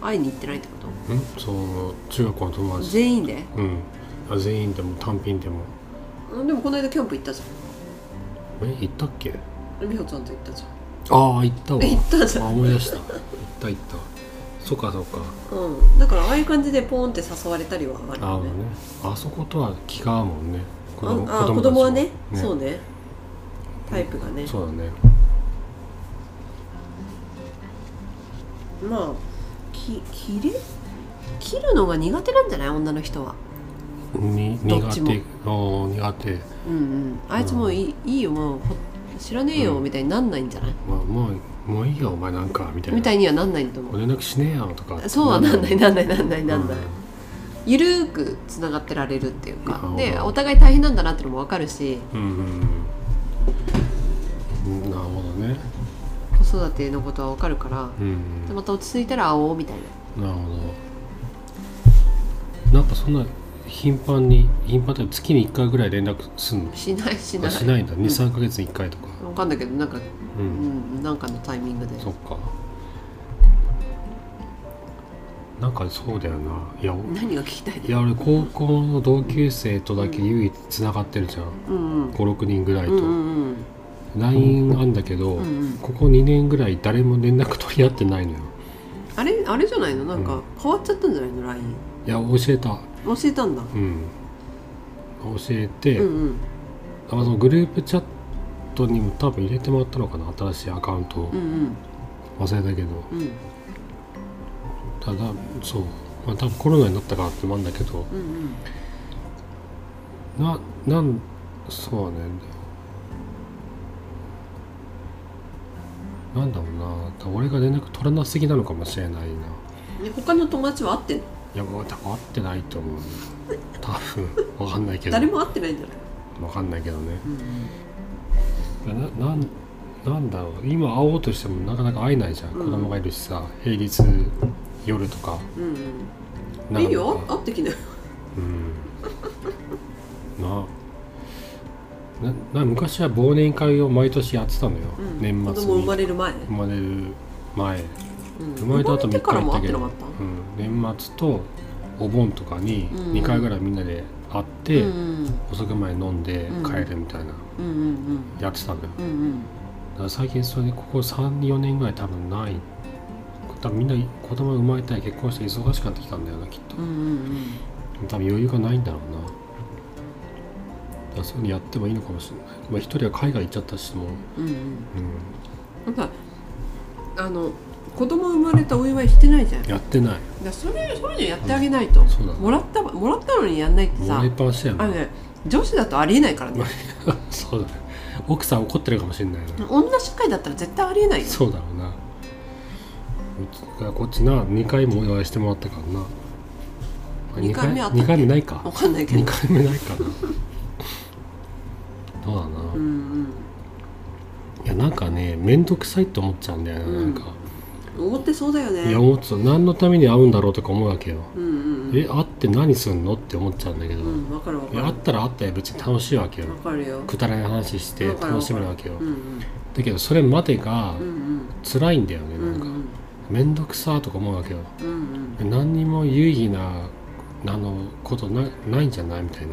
会いに行ってないってこと
うんその中学校の友達
全員で
うんあ全員でも単品でも
うんでもこの間キャンプ行ったじ
え行ったっけ
ゃん美穂ちゃんと行ったじ
ああ行ったわ
ゃん行ったじゃ
あ
ん
思い出した行った行ったそっかそっか
うんだからああいう感じでポーンって誘われたりはある
ああも
よ
う
ね
ねあそことは気が合うもんね子供
ああ
たち
子供はねそうねタイプがね
そうだね
まあき切れ切るのが苦手なんじゃない女の人は
に
ど
苦
っちも
手おー苦手
うんうんあいつもういい,、いいよもうほ知らねえよ
うん
みたいになんないんじゃない、
まあもうもういいよお前なんかみたいな
みたいにはなんないと思う
連絡しねえよとか
そうはなんない
な
なんないなんないなんない、
うん
ゆるーくつながってられるっていう
なる
か
ほど
でお互い大変なんだなってのも分かるし
うんうんうんなるほどね
子育てのことは分かるから
うん
でまた落ち着いたら会おうみたいな
うんなるほどなんかそんな頻繁に頻繁っていうか月に1回ぐらい連絡すんの
しないしな
あ
い
しないんだ
うん
23か月に1回とか
分かんないけどなんか、
う
うんん、なんかのタイミングで
そっかなんかそうだよないやお
何が聞きたいの
いや俺高校の同級生とだけ唯一つながってるじゃん
うんうん
56人ぐらい
うんう
と、
んうん
LINE あんだけど、
うんうん
ここ2年ぐらい誰も連絡取り合ってないのよ
あれあれじゃないのなん
う
か
ん
変わっちゃったんじゃないの LINE
いや教えた
教えたんだ
うん教えて、
うんうん
あそのグループチャットにも多分入れてもらったのかな新しいアカウントを
うんうん
忘れたけど、
うん
ただそうまあ多分コロナになったからってもあるんだけど
うんう
な
ん
なんそうねなんだろうな多分俺が連絡取らなすぎなのかもしれないな
で他の友達は会ってんの
いやもう多分合ってないと思う多分分かんないけど
誰も会ってないんじゃない、
分かんないけどね
うん
ななんなんだろう今会おうとしてもなかなか会えないじゃん、
うん
子供がいるしさ平日夜とか
うんうん
ない
いよ
あ
会ってきなよ
うんななな昔は忘年会を毎年やってたのよ、
うん
年
子
末
供
に
生まれる前、
生まれる前
うん
生まれた後
生まれて
3日
から
行っ
も
た
会っ
け
て
ど、
な
う
かっ
ん、年末とお盆とかに
うん
2回ぐらいみんなで会ったて、
うんうん
遅くまで飲んで
うん
帰るみたいな、
うんうん
やってたのよ
うんうん
だから最近それでここ34年ぐらい多分ない多分みんな子供が生まれたり結婚して忙しくなってきたんだよなきっと
うんうんうん
多分余裕がないんだろうなだからそういうのやってもいいのかもしれないまあ一人は海外行っちゃったしもう、
うんうん
う
なんかあの子供生まれたお祝いしてないじゃん
ん、
だか
やってない
らそれそれじゃやってあげないと、
そうだね
もらったもらったのにやんないって
も
さ
らいっぱなしだよ
あ
な、
のね女子だとありえないからね
そうだね奥さん怒ってるかもしれないな
女社会だったら絶対ありえないよ
そうだろうなうちだからこっちな2回もお祝いしてもらったからな
二回目あったっけ
2回目ないか
わかんないけ
2
ど
回目ないかなそうだな、
うんうん
いやなんかね面倒くさいって思っちゃうんだよな,、
うん
なんか
思ってそうだよね
いや思ってた何のために会うんだろうとか思うわけよ、
うんうん
え会って何すんのって思っちゃうんだけど、
う
い
んわかるわか
や
る
会ったら会ったら別に楽しいわけよ
わかるよ
くだらない話して
わかるわかる
楽しめるわけよ
うんうん
だけどそれまでが
うん
辛いんだよね
うん
な
う
んん
う
か
ん
面倒くさとか思うわけよ
うんうん
何にも有意義なあのことなないんじゃないみたい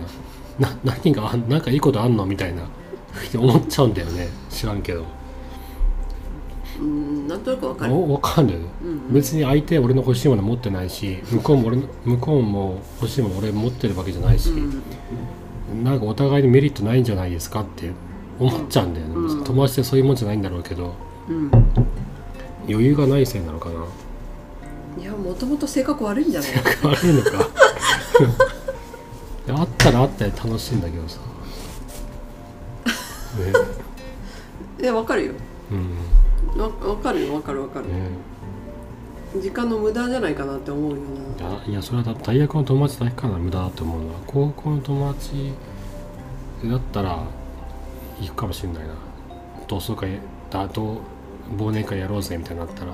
なな何があんなんかいいことあんのみたいなって思っちゃうんだよね知らんけど
うんなんとなくわかる
おわかる
うんうん
別に相手は俺の欲しいもの持ってないし向こうも俺の向こうも欲しいもの俺持ってるわけじゃないし、
うん
なんかお互いにメリットないんじゃないですかって思っちゃうんだよね、
うん
友達ってそういうもんじゃないんだろうけど
うん
余裕がないせいなのかな
いやもともと性格悪いんじ ゃない
悪いのかいやあったらあったで楽しいんだけ どさね
いやわかるよ
うん
わわかるよわかるわかる
ね
時間の無駄じゃないかなって思うよ
い
な
やいやそれはだ大学の友達だけかな無駄だと思うのは高校の友達だったら行くかもしれないな同窓会だと忘年会やろうぜみたいになったら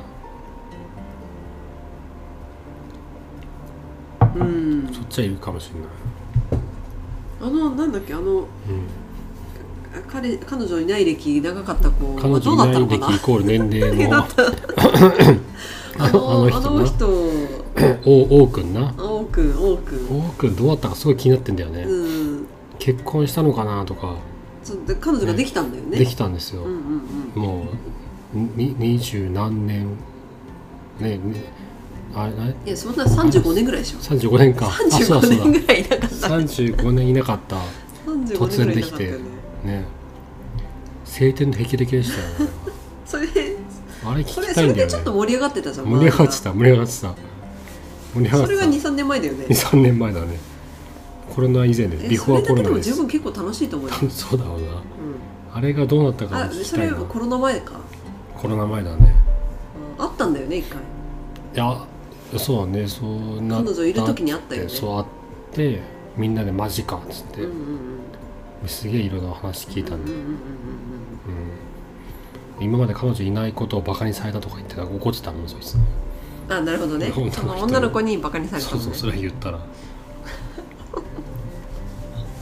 うん
そっちは行くかもしれない、
あのなんだっけあの
うん、
彼彼女いない歴長かった子
彼
はどうだ
女
った
い
の
ない
か
歴
な
イコール年齢の
だったあ
あの
の
あの
あ
人
の
な
人
お王くんな
王くん王くん
王くんどうだったかすごい気になってんだよね、
うん
結婚したのかなとか
そうで彼女ができたんだよね
できたんですよ、
うんうん
もうに二十何年ねねあれあれ
うんいやそんな35年ぐらいでしょ
35年かあそうだ
35
そうだ
年ぐらいいなかった
35年いなかった
35年ぐらいいなかった
突
よ
然で
ね
ね晴天の霹靂でしたよ ね
それ
あれ聞
それ
き
そ
たい
れ
んだ
で
よ
ちょっ
ね
と盛り上がってたじゃん
盛り上がってた盛り上がってた盛り上が
そ
っ
れ
て
が
た
23年前だよね
23年前だねコロナ以前で
え
ビフォーコロ
それだけで
ナ
も
で
十
す
分結構楽しいと思うよ、
そうだろうな
うん、
あれがどうなったか
あ
聞き
そ
たい
れ
な
コロナ前か
コロナ前だね
あったんだよね一回
いやそうねそうな
彼女いる時にあったよね
そうあってみんなでマジかっつって、
うんうんうん
すげえいろんな話聞いた
うんんうん
で、
うん
うん今まで彼女いないことをバカにされたとか言ってた怒ってたもんそい つ
うんうんあなるほどね
女の人
その女の子にバカにされた
そ
の
う
ね
そうそれ言った ら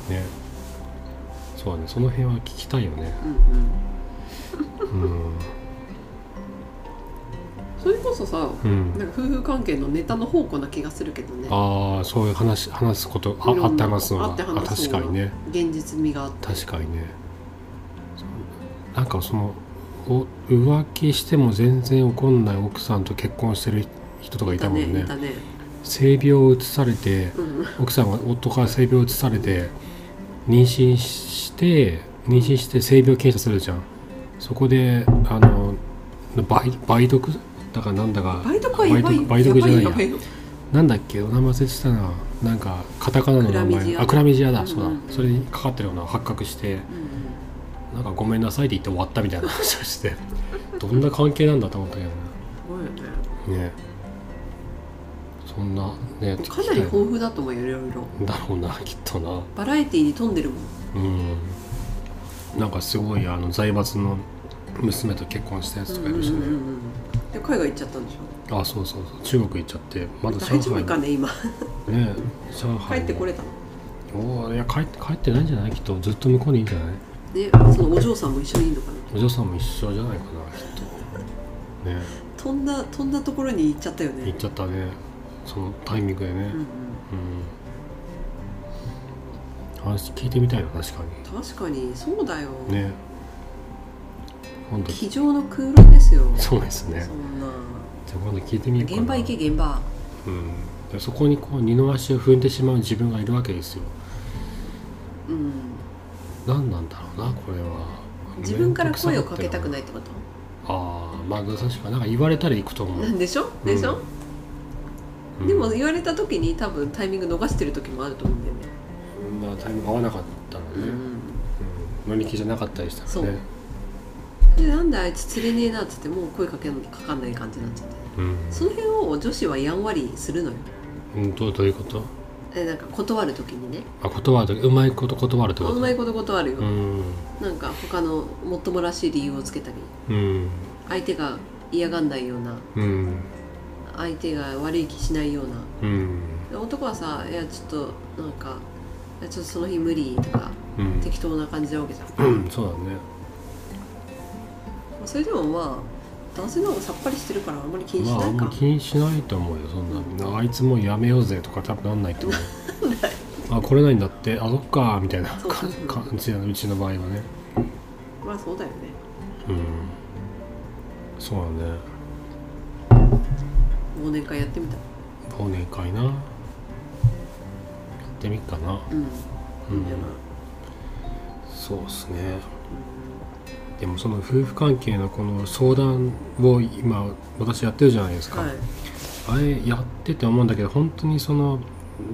ねそうだねその辺は聞きたいよね
うんうん
うん、
それこそさ
うん
なんか夫婦関係のネタの宝庫な気がするけどね
ああそういう話話すことあ
いろ
あっ
んな
て話すのが
あって
あ
話す
確か
のが
にね
現実味があって
確かにねそうなんかそのお浮気しても全然怒んない奥さんと結婚してる人とかいたもんね
いたね
性病を移されて、
うん
奥さんが夫から性病を移されて妊娠して妊娠して性病検査するじゃんそこであの梅梅毒だかなんだか
バイトかやばい
梅毒梅毒じゃない
や
や
ばいよ
なんだっけお名前忘れてたななんかカタカナの名
クラミジ
前
ア
あクラミジアだ、
うんうん
そうだそれにかかってるのが発覚して
うん
なんかごめんなさいって言って終わったみ たいな話をしてどんな関係なんだと思ったけどね
すごいよね
ねそんなね
かなり豊富だと思うよいろいろ
だろうなきっとな
バラエティに富んでるもん
うん、なんかすごいあの財閥の娘と結婚したやつとかいるしね、
うんうんうんうんで海外行っちゃったんでしょ
あそうそうそう中国行っちゃってまだ上
大丈
海
夫かね今
ね上海
帰ってこれたの
おーいや帰って帰ってないんじゃないきっとずっと向こうにいいんじゃない
でそのお嬢さんも一緒にいるのかな
お嬢さんも一緒じゃないかなきっとね
飛んだ飛んだところに行っちゃったよね
行っちゃったねそのタイミングでね
うんうん
うん話聞いてみたいな確か
確かにそうだよ、
にね今度
机上の空論ですよそ
そうですね
んな
じゃあ今度聞いてみようかな
現場行け現場
うん、でそこにこう二の足を踏んでしまう自分がいるわけですよ
うん
何なんだろうなこれは
自分から声をかけたく
い
ないってこと
ああまあ確かなんか言われたら行くと思
な、
うん
でしょでしょ、
うん
でも言われた時に多分タイミング逃してる時もあると思うんだよね、
まあタイミング合わなかったらね、
う
うん、
ん
乗り気じゃなかったりした
そ
ら
う
ね
でなんであいつ釣れねえなっつってもう声かけんかかんない感じになっちゃって
うん
その辺を女子はやんわりするのよ
うんどうどういうこと
えなんか断る時にね
あ断るとうまいこと断るってこと
うまいこと断るよ、
うん
なんか他のもっともらしい理由をつけた
う
り
ん
相手が嫌がんないような
うん
相手が悪い気しないような
うん
で男はさ「いやちょっとなんかいやちょっとその日無理」とか
うん
適当な感じなわけじゃん、
うんそうだね
それでもまあ男性の方がさっぱりしてるからあんまり気にし
まあ
な
あ
い
ん
か、
ま気にしないと思うよそんなあいつもうやめようぜとか多分なんないと思う あこれないんだってあそっかみたいな
そうそうそう
感じなのうちの場合はね
まあそうだよね
うんそうだね
忘年会やってみたら
忘年会なやってみっかな
うん、
うん
いいんじゃない
そうっすねでもその夫婦関係のこの相談を今私やってるじゃないですか、
はい
あれやってて思うんだけど本当にその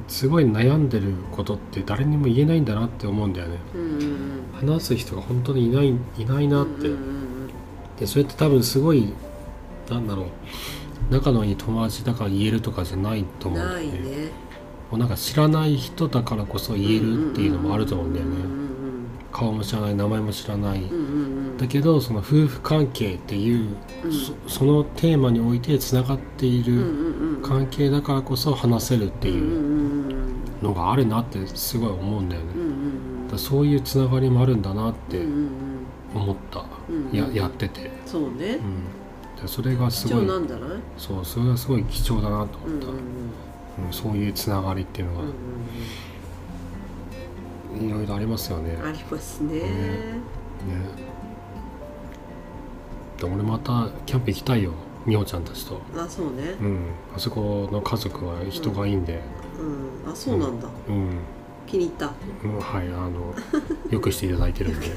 すごい悩んでることって誰にも言えないんだなって思うんだよね
うんうんうん
話す人が本当にいないいないなって、
うんうん
でそれって多分すごいなんだろう仲のいい友達だから言えるとかじゃないと
うん
思うんだ
な
よね
いね
もうなんか知らない人だからこそ言えるっていうのもあると思うんだよ
うん
ね顔も知らない名前も知らない、
うんうんうん
だけどその夫婦関係っていう、
うん
そそのテーマにおいてつながってい
うん
る
うんうん
関係だからこそ話せるって
うん
いう
うんうん
のがあるなってすごい思うんだよね、
うんう
だ
んうん
からそういうつながりもあるんだなっ
う
て
んうん
思った、
うん
ややってて、
そうね
うん、だからそれがす
貴
ご
重
い
なんじゃない
そうそれがすごい貴重だなと思
うんう
っ
ん
た、
う
うんんそういうつながりっていうのは
うん
いろいろありますよね,、
うんあ
ね
りますね
ねで俺またキャンプ行きたいよみほちゃんたちと。
あそうね
うん、あそこの家族は人がいいんで、
うんあそうなんだ
うん、
気に入った
うんはい、あの、よくしていただいてるんで。
そ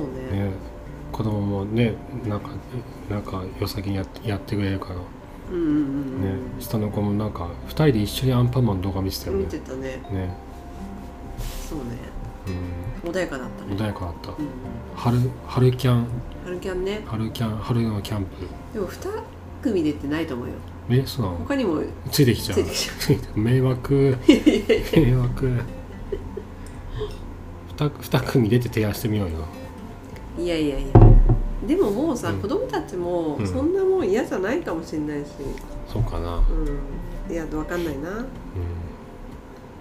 うね
ね、子供もね、なんか、なんか、良さげにやってやってくれるから、ね、
うんうんうん
下の子もなんか、二人で一緒にアンパンマンの動画見てた
う
よ
ん見
ね。
てたね
ね、
そうね
うん、
穏やかだったね
穏やかだった
う。ん
春、春キャン、
春キャンね
春キャン、春のキャンプ。
でも2組でってないと思うよ
え、そうなの
他にも
ついてきちゃ
ついてきちゃ
う。 迷 惑。迷惑。二二組出て提案してみようよ。
ういやいやいやでももうさ、
うん
子供たちも
うん
そんなもん嫌じゃないかもしれないし
そうかな。
うん、いやわかんないな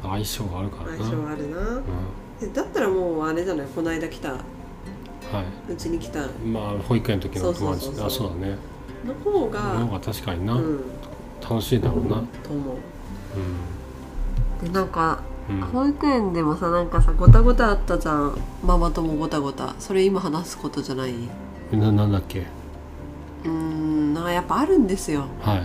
うん、相性があるからな
相性はあるな、
う
えだったらもうあれじゃないこの間来た
ん、は
うちに来た
いまあ保育園の時の友達
そうそうそうそう
あそうだね
の方
そ
が
の方が確かにな、
うん
楽しいだろうな
と思う
う
でなんか
ん、うん、
保育園でもさなんかさごたごたあったじゃんママ友ごたごたそれ今話すことじゃないう
ななんだっけ
ーんなんかやっぱあるんですよ
はい、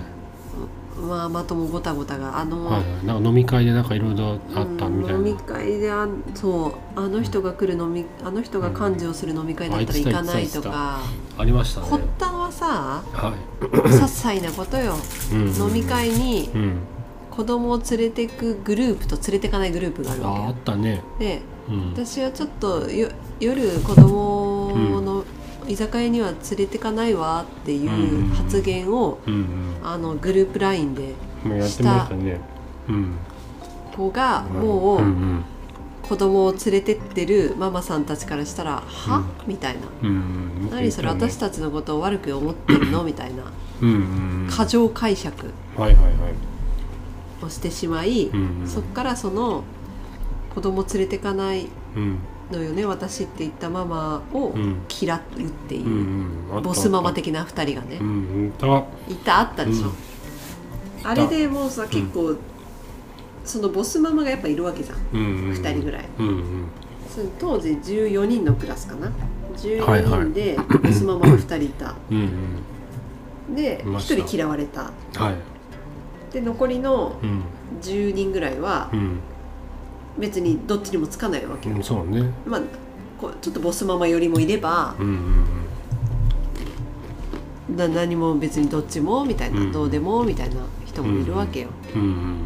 ママ友ごたごたがあの、
はいはいなんか飲み会でなんかいろいろあったみたい
うん飲み
な
会であんそうあの人が来る飲みあの人が幹事をする飲み会だったら行かないとか
ありましたね
発端はさ
は
些細なことよ
い、うん
飲み会に
うん
子供を連れてくグループと連れてかないグループがある
ああ
わ
ったね
けよで
うん
私はちょっとよ夜子供の居酒屋には連れてかないわっていう発言を
うん
あのグループ LINE で
うんもうやってましたねうん
子がもう、
うん
子供を連れてってるママさんたちからしたら「は、みたいな
うんうん
「何それ私
た
たちのことを悪く思ってるの?」みたいな
うんうんうん
過剰解釈
はいはいはい
をしてしまい、
うんうん
そっからその「子供連れてかない
うん
のよね私」って言ったママを
うん
嫌うっていうう、
んうんあった
ボスママ的な2人がね、
うん、いた。
いたあったでしょ、
うん
あれでもうさ結構、そのボスママがやっぱいるわけじゃん
うん、
2人ぐ
い。
らい。
うん、うん、
その当時14人のクラスかな
はいは
14
い
人でボスママが2人いた、
うん、
で
いま
1
した
人嫌われた
うん、はい。
で残りの
うん、
10人ぐらいは
うん、
別にどっちにもつかないわけよ、
うん、そうね。
まあこうちょっとボスママよりもいれば
うん、うん、
な何も別にどっちもみたいな、
うん
どうでもみたいな人もいるわけよ、
うん、うん、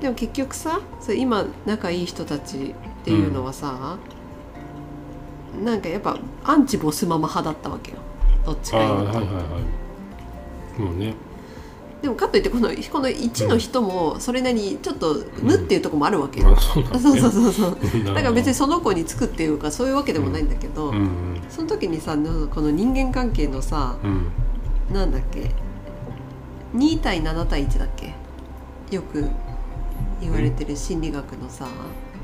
でも結局さそれ今仲いい人たちっていうのはさ、なんかやっぱアンチボスママ派だったわけよどっち
あ
か
あ、
いう
はい、
と
はい、はい。もうね。
でもかといってこのこの1の人もそれなりにちょっと「ぬ」っていうとこもあるわけ
あ、
よ、
そうなんだ、ね。
そうそうそうそう
う
だから別にその子につくっていうかそういうわけでもないんだけど、
うん、うん、
その時にさこの人間関係のさ
うん。
なんだっけ2対7対1だっけよく言われてる心理学のさ、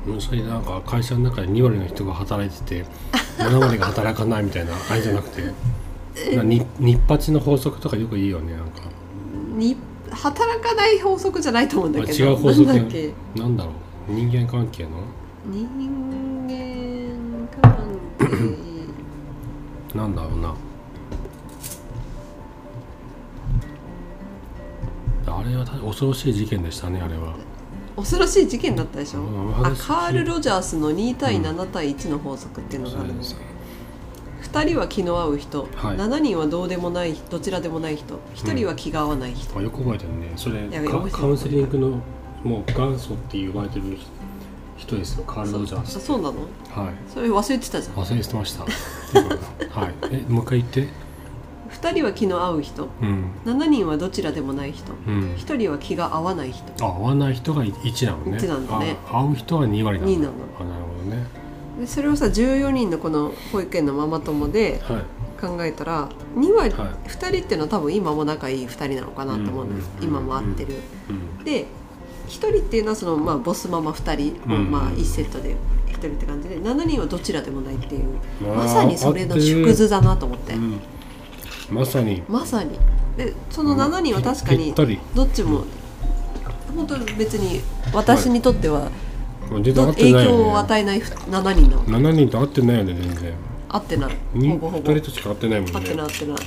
うん、それなんか会社の中で2割の人が働いてて7割が働かないみたいなあれじゃなくてなに日八の法則とかよく言うよねなんか
に働かない法則じゃないと思うんだけど
まあ違う法則
なんだっけ
なんだろう人間関係の
人間関係
なんだろうなあれはた恐ろしい事件でしたねあれは
恐ろしい事件だったでしょ、
うん
あ
話
カール・ロジャースの2対7対1の法則っていうのがあるんですよ2人は気の合う人、
はい
7人はどうでもないどちらでもない人1人は気が合わない人、
あよく覚えてるねそれ
いや
カ
よく覚えてる
カウンセリングのもう元祖って言われてる人ですよカール・ロジャー
そ
ス
あそうなの
はい
それ忘れてたじゃん
忘れてました はいえもう一回言って
2人は気の合う人
うん
7人はどちらでもない人
うん
1人は気が合わない人
あ合わない人が1なのね
一なんだね
あ合う人は2割なんだ
二なの
あなるほどね
でそれをさ14人のこの保育園のママ友で
はい
考えたら2割、
はい
2人っていうのは多分今も仲いい2人なのかなと思うんです、
うんうん
今も会ってる、
うん
で1人っていうのはその、まあ、ボスママ2人、
うん
まあ、1セットで1人って感じで7人はどちらでもないっていう
うわー
まさにそれの縮図だなと思って、
うんまさに
まさにでその7人は確か
ぴ
に
ったり
どっちも本当に別に私にとっては
全然合
ど
って
影
ない
響を
よね
与えない7人なの
7人と合ってないよね全然
合ってない
に
ほぼほぼ
2人としか合ってないもんね
合ってない合ってない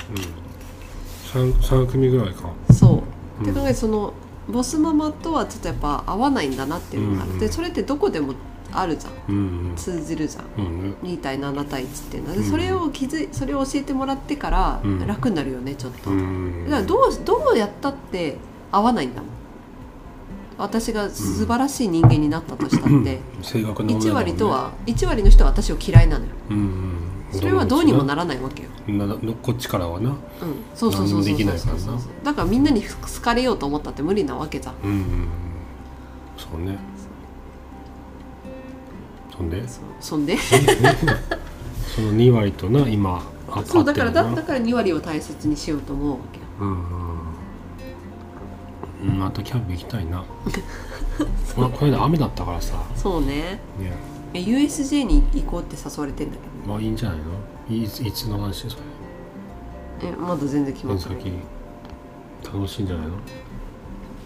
うん、3, 三組ぐらいか
そう、
うん
って考えてそのボスママとはちょっとやっぱ合わないんだなっていうのがある、
うんうん
でそれってどこでもあるじゃん
うん
通じるじゃん
うんうん
2対7対1っていうのは
う
で
ん
それを気づいそれを教えてもらってから
うん
楽になるよねちょっと、
うん
だからどうどうやったって合わないんだもん私が素晴らしい人間になったとしたって、
正確な女だもんね
1割とは1割の人は私を嫌いなのよ
うんうん
それはどうにも
な
ならないわけよ、
なのこっちからはな
うん、そうそうそうそう
何もでき
そ
な
う
いか
そ
ら
う
な
そうだからみんなに好かれようと思ったって無理なわけじゃん
うんうんうんそうねそんで
そう そんで
その2割とな今あ
そうだか
合
ら
って
だ
るな
だから2割を大切にしようと思うわけよ
うんうんうんまたキャンプ行きたい なこのこの間雨だったからさ
そうね
ね
え USJ に行こうって誘われてんだけ
まあいいんじゃないのいいついつの話それ
どえまだ全然決
こ
ま
の
ってない
先楽しいんじゃないの、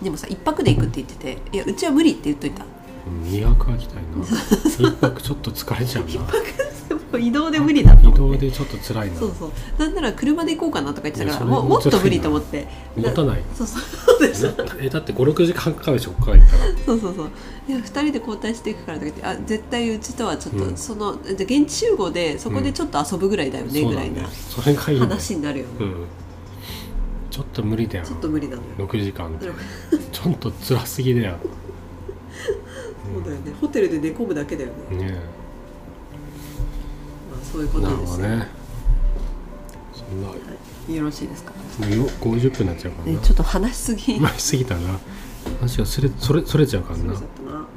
でもさ一泊で行くって言ってていやうちは無理って言っといた
うん、2泊は行きたいな 一泊ちょっと疲れちゃうな
もう移動で無理だと
移
思っ
動
て
でちょっと辛いな
そうそうなんなら車で行こうかなとか言ってたか
いや
ら
それ
もう
も
も
う
っ
ちょっと
と無理と思って
持たない
そうそうそうでしょ
えだって56時間かかるでしょこっから行ったら
そうそうそういや2人で交代していくからとか言ってあ絶対うちとはちょっと、
うん
そのじゃあ現地集合でそこでちょっと遊ぶぐらいだよね、
そう
ぐ
だ
らい
ね
な
それがいいね
話になるよね、
うんちょっと無理だよ
ちょっと無理なのよ
6時間って
そ
ちょっと辛すぎだよ
うだよねホテルで寝込むだけだよね、
ね
まあ、そういうこ
えな
と
る
で
ほ
す
ど
よ、
ねそんなも
よろしいですか、
うよ50分になっちゃうから
ね
な
ちょっと話しすぎ
前すぎたな話がそれそれそれちゃうから
そ
な
うだったな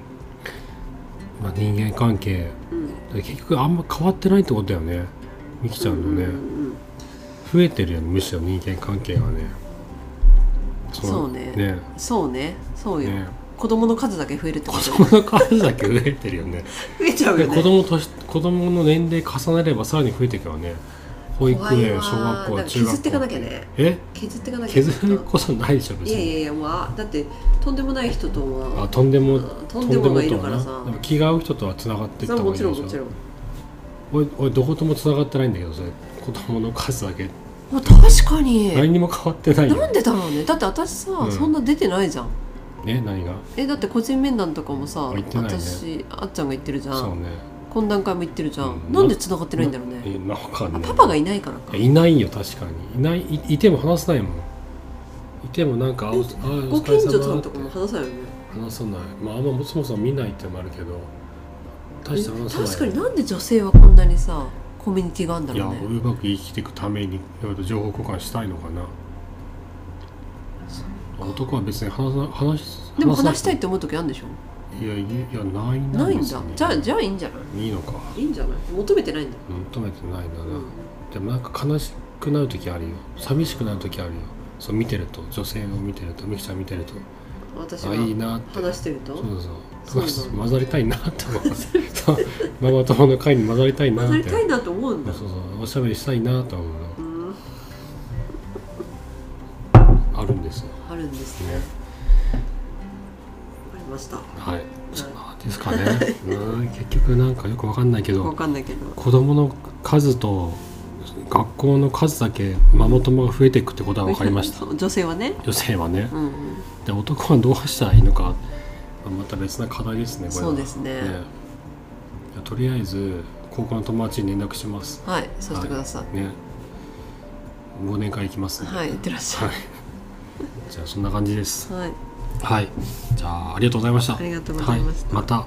まあ、人間関係
うん
結局あんま変わってないってことだよねみきちゃんのね、
うんうんうん
増えてるよねむしろ人間関係がねの
そうね
ね
そうねそうよ、
ね
子供の数だけ増えるってこ
子
と増
供の数だけ増えてるよね
えちゃう
で
よね
子供とし子供の年齢重ねればさらに増えていくよね保育
怖い
園
わー
小学
なん
校
か
中学校
削っていかなきゃね
え
削っていかなきゃ
削ることないでしょ別
いやい
に
やいやもうあだってとんでもない人とは
あとんでも
とんでもがいるからさ
とんでもとはなでも気が合う人とはつながっていった
それは
方がい
も
いで
ち
しょ
ろんもちろん
俺俺どこともつながってないんだけどそれ子供の数だけ
まあ確かに
何にも変わってない
な
よ
んでだろうねだって私さ、
うん
そんな出てないじゃん
ね何が
えだって個人面談とかもさ、
あ行ってないね
私あっちゃんが言ってるじゃ
そうんね
懇談会も言ってるじゃん、
うん
なんで繋がってないんだろうね
えなんか
あ
ね
パパがいないからか
いないよ確かにいないいいても話さないもんいてもなんかあおあ
ご
お疲
近
れ
所さ
様
ん
っ
と
て
かも話さないよね
話さないまああんまそもそも見ないってのもあるけど大して話さない
確かになんで女性はこんなにさコミュニティがあるんだ
いや
ろう
う
ね
まく生きていくためにいろいろ情報交換したいのかな男は別に話さ話す
でも
さなく
話したいって思う時あるんでしょ
いやいいやないな
ないん
別
だ
に
じゃあじゃあいいんじゃない
いいのか
いいんじゃない求めてないんだ
求めてないんだな、
うん
でもなんか悲しくなる時あるよ寂しくなる時あるよそう見てると女性を見てるとミキちゃん見てると
私
あいい
が
なって
話してると
そうそう
そうなの
そう混ざりたいなって思いますそう ママ友の会に混ざりたいな
混
っ
ざ
て
りたいなと思うんだ
そうそうおしゃべりしたいなとは思うの
うん
あるんですよ
あるんですね
ね
ありました
はいそうですかねうん結局なんかよくわかんないけ
わ
ど
かんないけど
子供の数と学校の数だけママ友が増えていくって ことは分かりました
そう女性はね
女性はね
うんうん
で男はどうしたらいいのかまた別な課題ですねこれは
そうですね
ねいやとりあえず高校の友達に連絡します
はいそうしてください
ね忘年会行きますね
はい、いってらっしゃい
はいじゃあそんな感じです
はい、
はいじゃあありがとうございました
ありがとうございました
はい、また